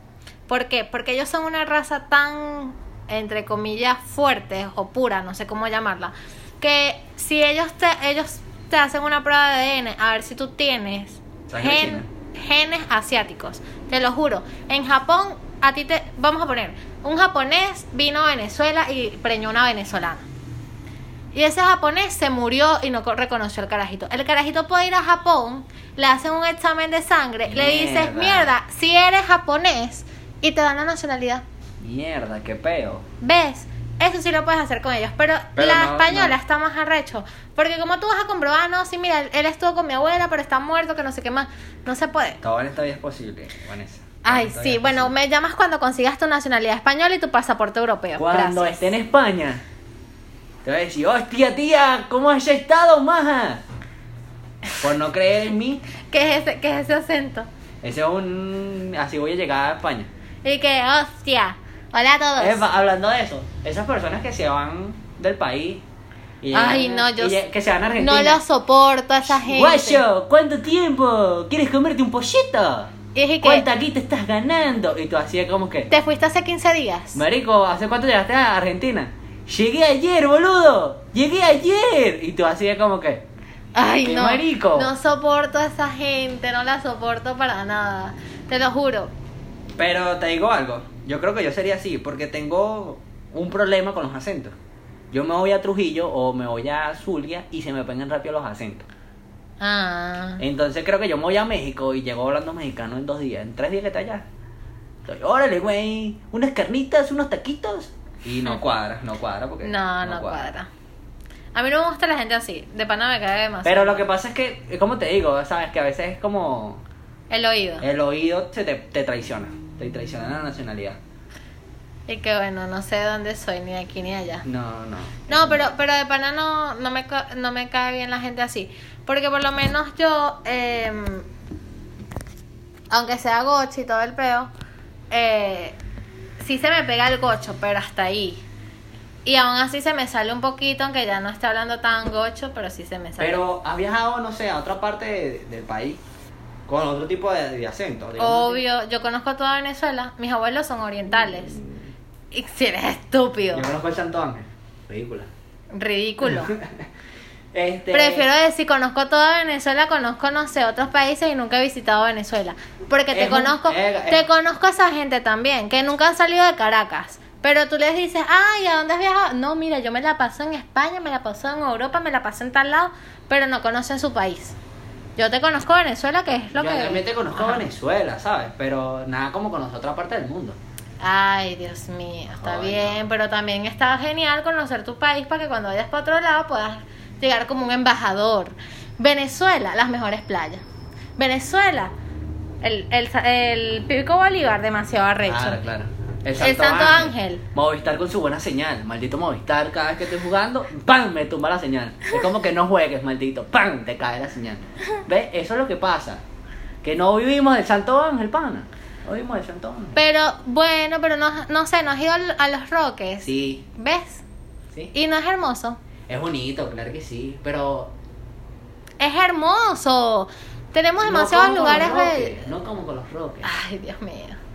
¿Por qué? Porque ellos son una raza tan, entre comillas, fuerte o pura, no sé cómo llamarla, que si ellos te, ellos te hacen una prueba de ADN a ver si tú tienes Sangre gen- china. genes asiáticos, te lo juro. En Japón, a ti te, vamos a poner, un japonés vino a Venezuela y preñó una venezolana. Y ese japonés se murió y no co- reconoció al carajito. El carajito puede ir a Japón, le hacen un examen de sangre, le dices, Mierda. mierda, si eres japonés, y te dan la nacionalidad. Mierda, qué peo. ¿Ves? Eso sí lo puedes hacer con ellos, pero, Pero la no, española no. está más arrecho. Porque como tú vas a comprobar, "Ah, no, sí, mira, él estuvo con mi abuela, pero está muerto, que no sé qué más, no se puede. Todo en esta vida es posible, Vanessa. Todo en Ay, esta vida sí, es bueno, posible. me llamas cuando consigas tu nacionalidad española y tu pasaporte europeo. Cuando Gracias. esté en España, te voy a decir, hostia, tía, ¿cómo has estado, maja? Por no creer en mí, ¿Qué es ese, qué es ese acento? ese es un... Así voy a llegar a España. Y que, hostia, hola a todos. Epa, hablando de eso, esas personas que se van del país... Y Ay, no, yo y lle- que se van a No Argentina. lo soporto a esa gente. Guayo, ¿cuánto tiempo? ¿Quieres comerte un pollito? Y dije que ¿Cuánta aquí te estás ganando? Y tú así como que... te fuiste hace 15 días. Marico, ¿hace cuánto llegaste a Argentina? Llegué ayer, boludo. Llegué ayer. Y tú así como que... Ay, qué no. Eh, marico. No soporto a esa gente, no la soporto para nada. Te lo juro. Pero te digo algo. Yo creo que yo sería así, porque tengo un problema con los acentos. Yo me voy a Trujillo o me voy a Zulia y se me pegan rápido los acentos. Ah. Entonces creo que yo me voy a México y llego hablando mexicano en dos días, en tres días que está allá. Estoy, Órale, güey, unas carnitas, unos taquitos. Y no cuadra, no cuadra porque... No, no cuadra. A mí no me gusta la gente así. De pana me cae demasiado. Pero lo que pasa es que, eh, como te digo, sabes que a veces es como El oído. el oído se te, te traiciona, te traiciona la nacionalidad. Y que bueno, no sé dónde soy, ni de aquí ni de allá. No, no. No, pero, pero de pana no, no, me, ca- no me cae bien la gente así. Porque por lo menos yo, eh, aunque sea gocho y todo el peo, eh, sí se me pega el gocho, pero hasta ahí. Y aún así se me sale un poquito, aunque ya no esté hablando tan gocho, pero sí se me sale. Pero has viajado, no sé, a otra parte de- del país con otro tipo de, de acento. digamos así. Obvio, yo conozco toda Venezuela, mis abuelos son orientales. Y si eres estúpido, Yo conozco el Santo Ángel. Ridícula. ridículo. Este, Prefiero decir, conozco toda Venezuela, conozco, no sé, otros países y nunca he visitado Venezuela. Porque te Es un- conozco, eh, eh. te conozco a esa gente también, que nunca han salido de Caracas. Pero tú les dices, ay, ¿a dónde has viajado? No, mira, yo me la paso en España, me la paso en Europa, me la paso en tal lado, pero no conocen su país. Yo te conozco Venezuela, que es lo yo que... también te conozco Ajá. Venezuela, ¿sabes? Pero nada como conocer otra parte del mundo. Ay, Dios mío, está Ay, bien, pero también está genial conocer tu país para que cuando vayas para otro lado puedas llegar como un embajador. Venezuela, las mejores playas. Venezuela, el, el, el Pico Bolívar, demasiado arrecho. Ah, Claro, claro. El Santo Ángel. Movistar con su buena señal. Maldito Movistar, cada vez que estoy jugando, ¡pam! Me tumba la señal. Es como que no juegues, maldito. ¡Pam! Te cae la señal. ¿Ves? Eso es lo que pasa. Que no vivimos del Santo Ángel, pana. No vivimos del Santo Ángel. Pero bueno, pero no, no sé, no has ido al- a los Roques. Sí, ¿Ves? sí. Y no es hermoso. Es bonito, claro que sí, pero... Es hermoso. Tenemos no demasiados como con los lugares bellos. Roques, No como con los roques. Ay, Dios mío.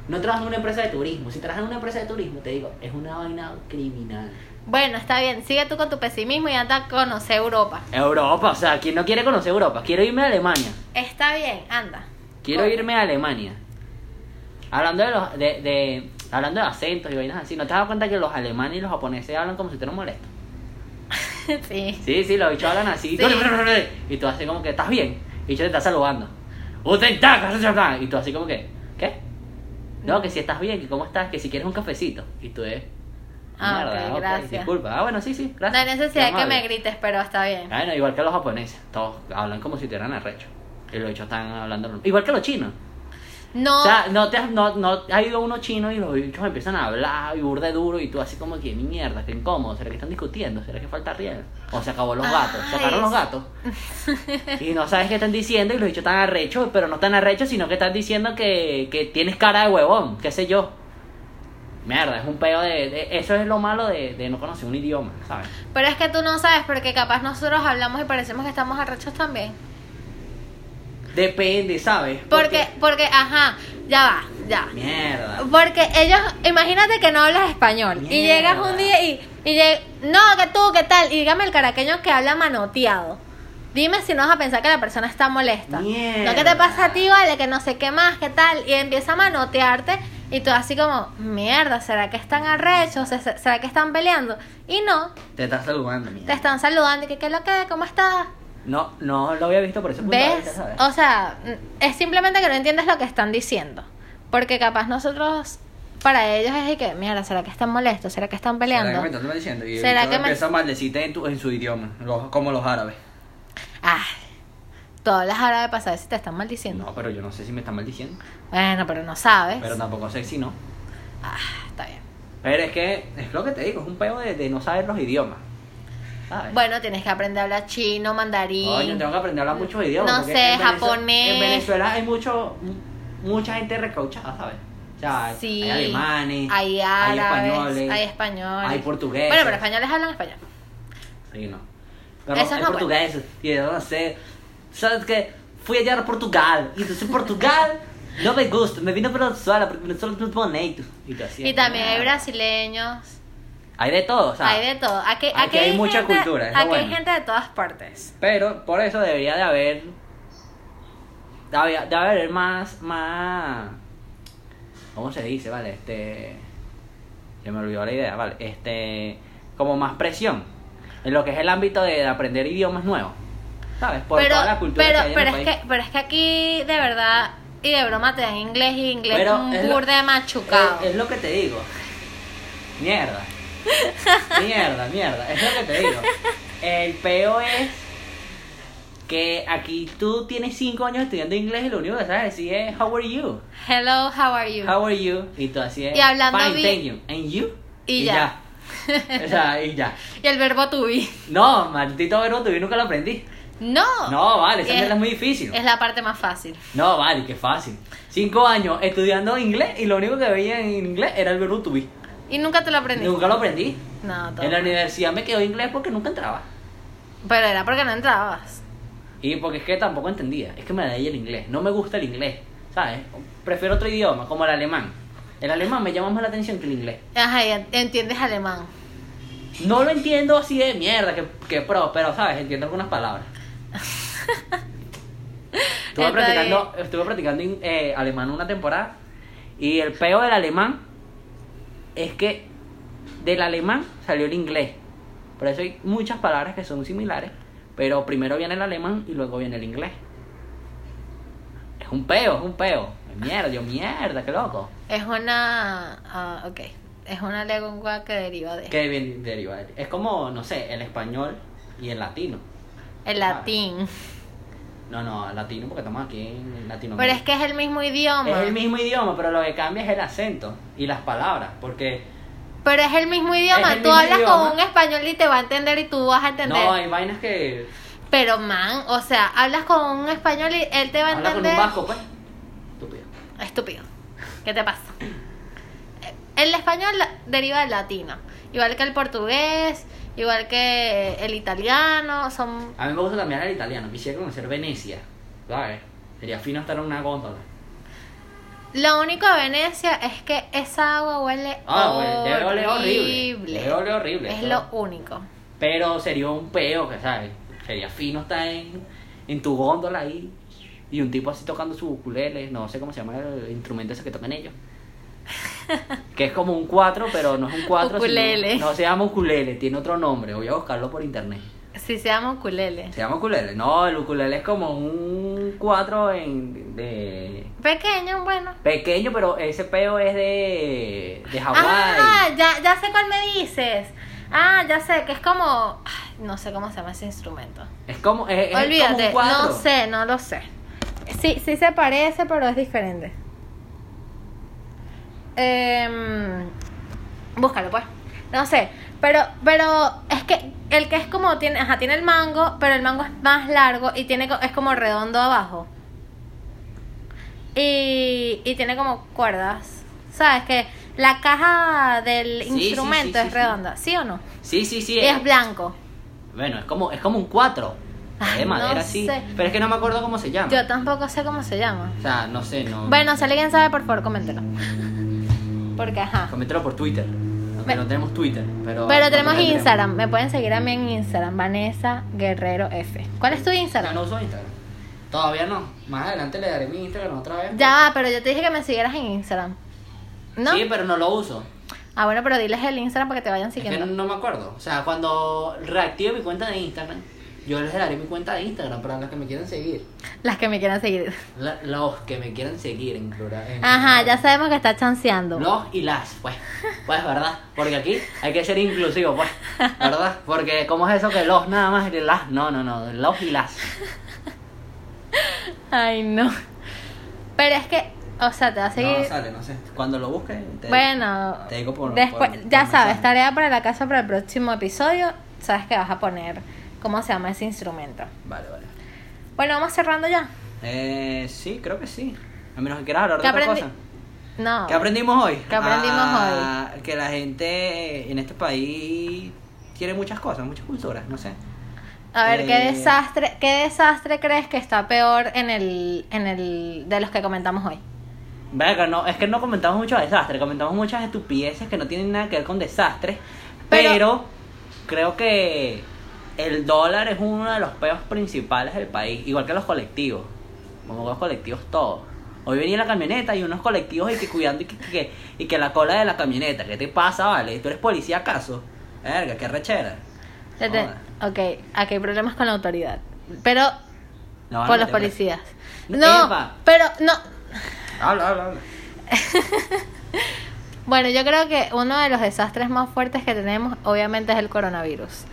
No trabajas en una empresa de turismo. Si trabajas en una empresa de turismo, te digo, es una vaina criminal. Bueno, está bien. Sigue tú con tu pesimismo y anda a conocer Europa. Europa, o sea, ¿quién no quiere conocer Europa? Quiero irme a Alemania. Está bien, anda. Quiero Oye. irme a Alemania. Hablando de los de, de- hablando de acentos y vainas así, ¿no te has dado cuenta que los alemanes y los japoneses hablan como si te molestos? sí. Sí, sí, los bichos hablan así. Sí. Y tú así como que, ¿estás bien? Y yo te está saludando. "Guten Tag", Y tú así como que, ¿qué? Mm. No, que si estás bien, que cómo estás, que si quieres un cafecito. Y tú es. Ah, ok, "Mierda, ok, gracias. Disculpa. Ah, bueno, sí, sí, No gracias. hay necesidad Qué que me amable. grites, pero está bien. Bueno, Ah, igual que los japoneses, todos hablan como si tuvieran arrecho. Y los bichos están hablando. lo- Igual que los chinos. No, O sea, no te has, no, no, ha ido uno chino y los bichos empiezan a hablar y burde duro y tú así como que mierda, que incómodo, ¿será que están discutiendo? ¿Será que falta riel? O se acabó los gatos, Ay, sacaron los sí. gatos. y no sabes qué están diciendo y los bichos están arrechos, pero no están arrechos, sino que están diciendo que, que tienes cara de huevón, qué sé yo. Mierda, es un pedo de, de- Eso es lo malo de, de no conocer un idioma, ¿sabes? pero es que tú no sabes porque capaz nosotros hablamos y parecemos que estamos arrechos también. Depende, ¿sabes? Porque, porque, ajá, ya va, ya. Mierda. Porque ellos, imagínate que no hablas español y Mierda. llegas un día y, y lleg- no, que tú, ¿qué tal? Y dígame el caraqueño que habla manoteado. Dime si no vas a pensar que la persona está molesta. Mierda. No, ¿qué te pasa a ti, vale? Que no sé qué más, ¿qué tal? Y empieza a manotearte y tú así como, mierda, ¿será que están arrechos? ¿Se- se- ¿Será que están peleando? Y no, Te estás saludando, mierda. te están saludando y que qué es lo que, cómo estás. No, no lo había visto por ese punto de vista, ¿Ves? Oh, O ¿sabes? sea, es simplemente que no entiendes lo que están diciendo. Porque capaz nosotros, para ellos es de que, mira, ¿será que están molestos? ¿Será que están peleando? ¿Será que me estás diciendo? Y ¿Será todo que me- empieza a maldecirte en, tu- en su idioma, los- como los árabes. Ah, todas las horas de pasar si te están maldiciendo. No, pero yo no sé si me están maldiciendo. Bueno, pero no sabes. Pero tampoco sexy, ¿no? Ah, está bien. Pero es que, es lo que te digo, es un peo de, de no saber los idiomas. ¿sabes? Bueno, tienes que aprender a hablar chino, mandarín. Coño, tengo que aprender a hablar muchos idiomas. No porque sé, en Venezue- japonés. En Venezuela hay mucho, mu- mucha gente recauchada, ¿sabes? O sea, Sí. hay alemanes, Hay árabes. hay españoles, Hay españoles. hay portugueses. Bueno, pero españoles hablan español. Sí, no. Pero Esos hay no portugueses, y yo no sé. ¿Sabes qué? Fui ayer a Portugal, y entonces Portugal no me gusta, me vino a Venezuela porque Venezuela es muy bonito. Y, yo así, Y también hay ah. brasileños. Hay de todo, o sea. hay de todo. Aquí, aquí hay mucha gente- cultura, es lo Aquí hay bueno. gente de todas partes. Pero por eso debería de haber. Debe, de haber más. más ¿Cómo se dice? Vale, este. Se me olvidó la idea, vale. Este. Como más presión en lo que es el ámbito de aprender idiomas nuevos. ¿Sabes? Por toda la cultura pero, que hay en pero el es país. que pero es que aquí de verdad y de broma te dan inglés y inglés Pero un es lo- burde machucado Es, es lo que te digo. Mierda. Mierda, mierda. Es lo que te digo. El peo es que aquí tú tienes 5 años estudiando inglés y lo único que sabes decir es How are you? hello how are you How are you? Y tú así es. Y hablando Fine, bi- thank you. And you? Y ya. ya. O sea, y ya. y el verbo to be No, maldito verbo, tú nunca lo aprendí. no No, vale, esa Es- mierda es muy difícil. es la parte más fácil No, vale, qué fácil. Cinco años estudiando inglés y lo único que veía en inglés era el verbo to be. y nunca te lo aprendiste Nunca lo aprendí. no todo En la mal. universidad me quedó inglés porque nunca entraba. pero era porque no entrabas Y porque es que tampoco entendía. Es que me da ahí el inglés. No me gusta el inglés. ¿Sabes? Prefiero otro idioma, como el alemán. El alemán me llama más la atención que el inglés. ajá y en- entiendes alemán No lo entiendo así de mierda, que, que pro, pero sabes, entiendo algunas palabras. estuve Está practicando, estuve practicando in- eh, alemán una temporada y el peo del alemán es que del alemán salió el inglés. Por eso hay muchas palabras que son similares, pero primero viene el alemán y luego viene el inglés. Es un peo, es un peo. Mierda, yo mierda, qué loco. es una ah, ok es una lengua que deriva de Que bien deriva. Es como, no sé, el español y el latino. el Ah, latín No, no, latino porque estamos aquí en Latinoamérica. pero es que es el mismo idioma Es el mismo idioma, pero lo que cambia es el acento y las palabras, porque Pero es el mismo idioma. Es el tú mismo hablas idioma. con un español y te va a entender y tú vas a entender. no hay vainas que Pero man, o sea, hablas con un español y él te va a habla con entender. un vasco, pues. Estúpido. Estúpido. ¿Qué te pasa? El español la- deriva del latino, igual que el portugués, Igual que el italiano, son... A mí me gusta también el italiano. Quisiera conocer Venecia. ¿Sabes? Sería fino estar en una góndola. Lo único de Venecia es que esa agua huele Ah, horrible. huele- debe oler horrible. Debe oler horrible, Es claro. lo único. Pero sería un peo, que ¿sabes? Sería fino estar en, en tu góndola ahí. Y un tipo así tocando su ukulele. No sé cómo se llama el instrumento ese que tocan ellos. Que es como un 4, pero no es un 4. Ukulele. no se llama ukulele, tiene otro nombre. Voy a buscarlo por internet. Si se llama ukulele. Se llama ukulele. No, el ukulele es como un 4 en, de, Pequeño, bueno. Pequeño, pero ese peo es de, de Hawái. Ah, ya, ya sé cuál me dices. Ah, ya sé, que es como... ay, no sé cómo se llama ese instrumento. Es como, es, es como Olvídate, un cuatro. no sé, no lo sé. Sí, sí se parece, pero es diferente. Em, búscalo, pues. No sé, pero, pero es que el que es como tiene, ajá, tiene el mango, pero el mango es más largo y tiene co- es como redondo abajo. Y, y tiene como cuerdas. ¿Sabes? Que la caja del Sí, sí, sí, instrumento sí, es sí. redonda, ¿sí o no? Sí, sí, sí. Y es blanco. Bueno, es como, es como un 4. Ay, de no madera, sí. sé. Pero es que no me acuerdo cómo se llama. Yo tampoco sé cómo se llama. O sea, no sé, no. Bueno, si alguien sabe, por favor, coméntelo. Porque, ajá. Coméntalo por Twitter. Aunque Ve- No tenemos Twitter, pero. Pero no tenemos tenemos. Instagram. Me pueden seguir a mí en Instagram, Vanessa Guerrero F. ¿Cuál es tu Yo Instagram? no uso Instagram. Todavía no. Más adelante le daré mi Instagram otra vez. Ya, va, pero yo te dije que me siguieras en Instagram. ¿No? Sí, pero no lo uso. Ah, bueno, pero diles el Instagram para que te vayan Es que siguiendo. no me acuerdo. O sea, cuando reactive mi cuenta de Instagram, yo les daré mi cuenta de Instagram para los que me quieran seguir. Las que me quieran seguir. La- los que me quieran seguir en plural. en- Ajá, ya sabemos que está chanceando. Los y las, pues. Pues, ¿verdad? Porque aquí hay que ser inclusivo, pues. ¿Verdad? Porque, ¿cómo es eso que los nada más y las? No, no, no. Los y las. Ay, no. Pero es que, o sea, te va a seguir. No sale, no sé. Cuando lo busques, te Bueno, te digo por- después, por- por ya sabes, mensaje. tarea para la casa para el próximo episodio. Sabes que vas a poner cómo se llama ese instrumento. Vale, vale. Bueno, vamos cerrando ya. Eh, sí, creo que sí. A menos que quieras hablar de ¿Qué otra aprendi- cosa. No. ¿Qué aprendimos hoy? ¿Qué aprendimos hoy? Que la gente en este país quiere muchas cosas, muchas culturas, no sé. A ver, ¿qué Eh. desastre, qué desastre crees que está peor en el, en el de los que comentamos hoy? Verga, no, es que no comentamos mucho desastres, comentamos muchas estupideces que no tienen nada que ver con desastres. Pero- Pero, creo que el dólar es uno de los peos principales del país, igual que los colectivos. Como los colectivos todos. Hoy venía la camioneta y unos colectivos y que cuidando y que, que- y que la cola de la camioneta. ¿Qué te pasa, vale? ¿Tú eres policía acaso? Verga, qué rechera. Ya te- Joda. ok, aquí hay problemas con la autoridad. Pero No, por no los te- policías. No, No, Eva. pero no. Habla, habla, habla. Bueno, yo creo que uno de los desastres más fuertes que tenemos, obviamente, es el coronavirus.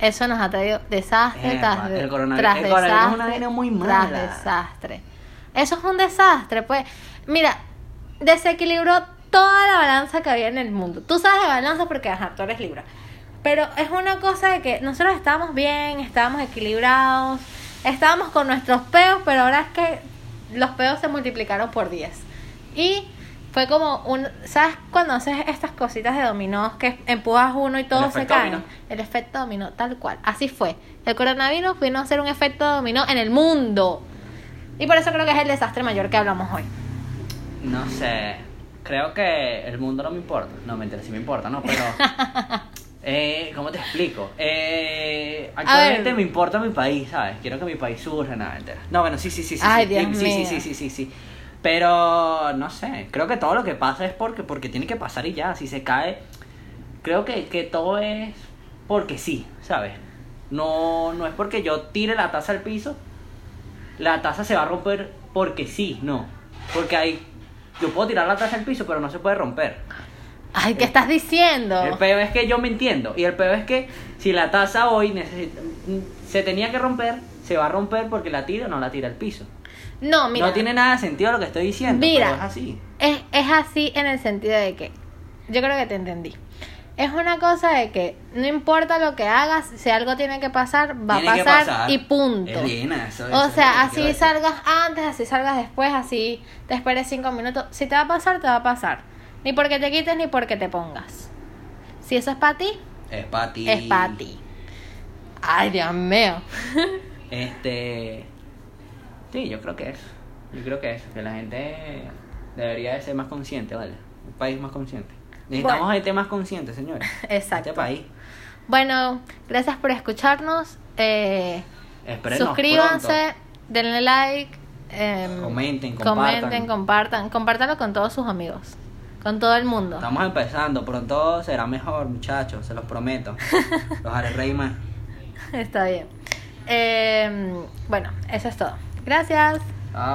Eso nos ha traído desastre Epa, tras, de- el coronavirus- tras el coronavirus es una desastre vaina muy tras mala. desastre. Eso es un desastre, pues. Mira, desequilibró toda la balanza que había en el mundo. Tú sabes de balanza porque, ajá, tú eres libra. Pero es una cosa de que nosotros estábamos bien, estábamos equilibrados, estábamos con nuestros peos, pero ahora es que los peos se multiplicaron por 10. Y fue como un... ¿Sabes cuando haces estas cositas de dominós que empujas uno y todos se efecto caen? dominó. El efecto dominó, tal cual. Así fue. El coronavirus vino a ser un efecto dominó en el mundo. Y por eso creo que es el desastre mayor que hablamos hoy. No sé. Creo que el mundo no me importa. No, mentira, sí me importa, ¿no? Pero. Eh, ¿Cómo te explico? Eh, actualmente ver. me importa mi país, ¿sabes? Quiero que mi país surja, nada, mentira. No, bueno, sí, sí, sí. sí Ay, sí, Dios sí, mío. Sí, sí, sí, sí, sí. Pero, no sé. Creo que todo lo que pasa es porque, porque tiene que pasar y ya. Si se cae. Creo que, que todo es porque sí, ¿sabes? No, no es porque yo tire la taza al piso la taza se va a romper porque sí, no. Porque hay. Yo puedo tirar la taza al piso, pero no se puede romper. Ay, ¿qué estás diciendo? Eh, El peor es que yo me entiendo. Y el peor es que si la taza hoy necesita- se tenía que romper, se va a romper porque la tira o no la tira al piso. No, mira. no tiene nada de sentido lo que estoy diciendo, Mira. pero es así. Es, es así en el sentido de que, yo creo que te entendí. Es una cosa de que no importa lo que hagas, si algo tiene que pasar, va Tiene a que pasar, pasar. y punto. Elena, eso, eso o es lo que te sea, así quiero decir. salgas antes, así salgas después, así te esperes cinco minutos. Si te va a pasar, te va a pasar. Ni porque te quites, ni porque te pongas. Si eso es para ti, Es para ti. Es para ti. Ay, Dios mío. Este. Sí, yo creo que es. Yo creo que es. Que la gente debería de ser más consciente, ¿vale? Un país más consciente. Necesitamos Bueno. gente más consciente, señores. Exacto. Este país. Bueno, gracias por escucharnos. Eh, Espérenos suscríbanse, denle like. em, Comenten, comenten, compartan. compartan. Compártanlo con todos sus amigos. Con todo el mundo. Estamos empezando. Pronto será mejor, muchachos. Se los prometo. Los haré reír más. Está bien. Em, bueno, eso es todo. Gracias.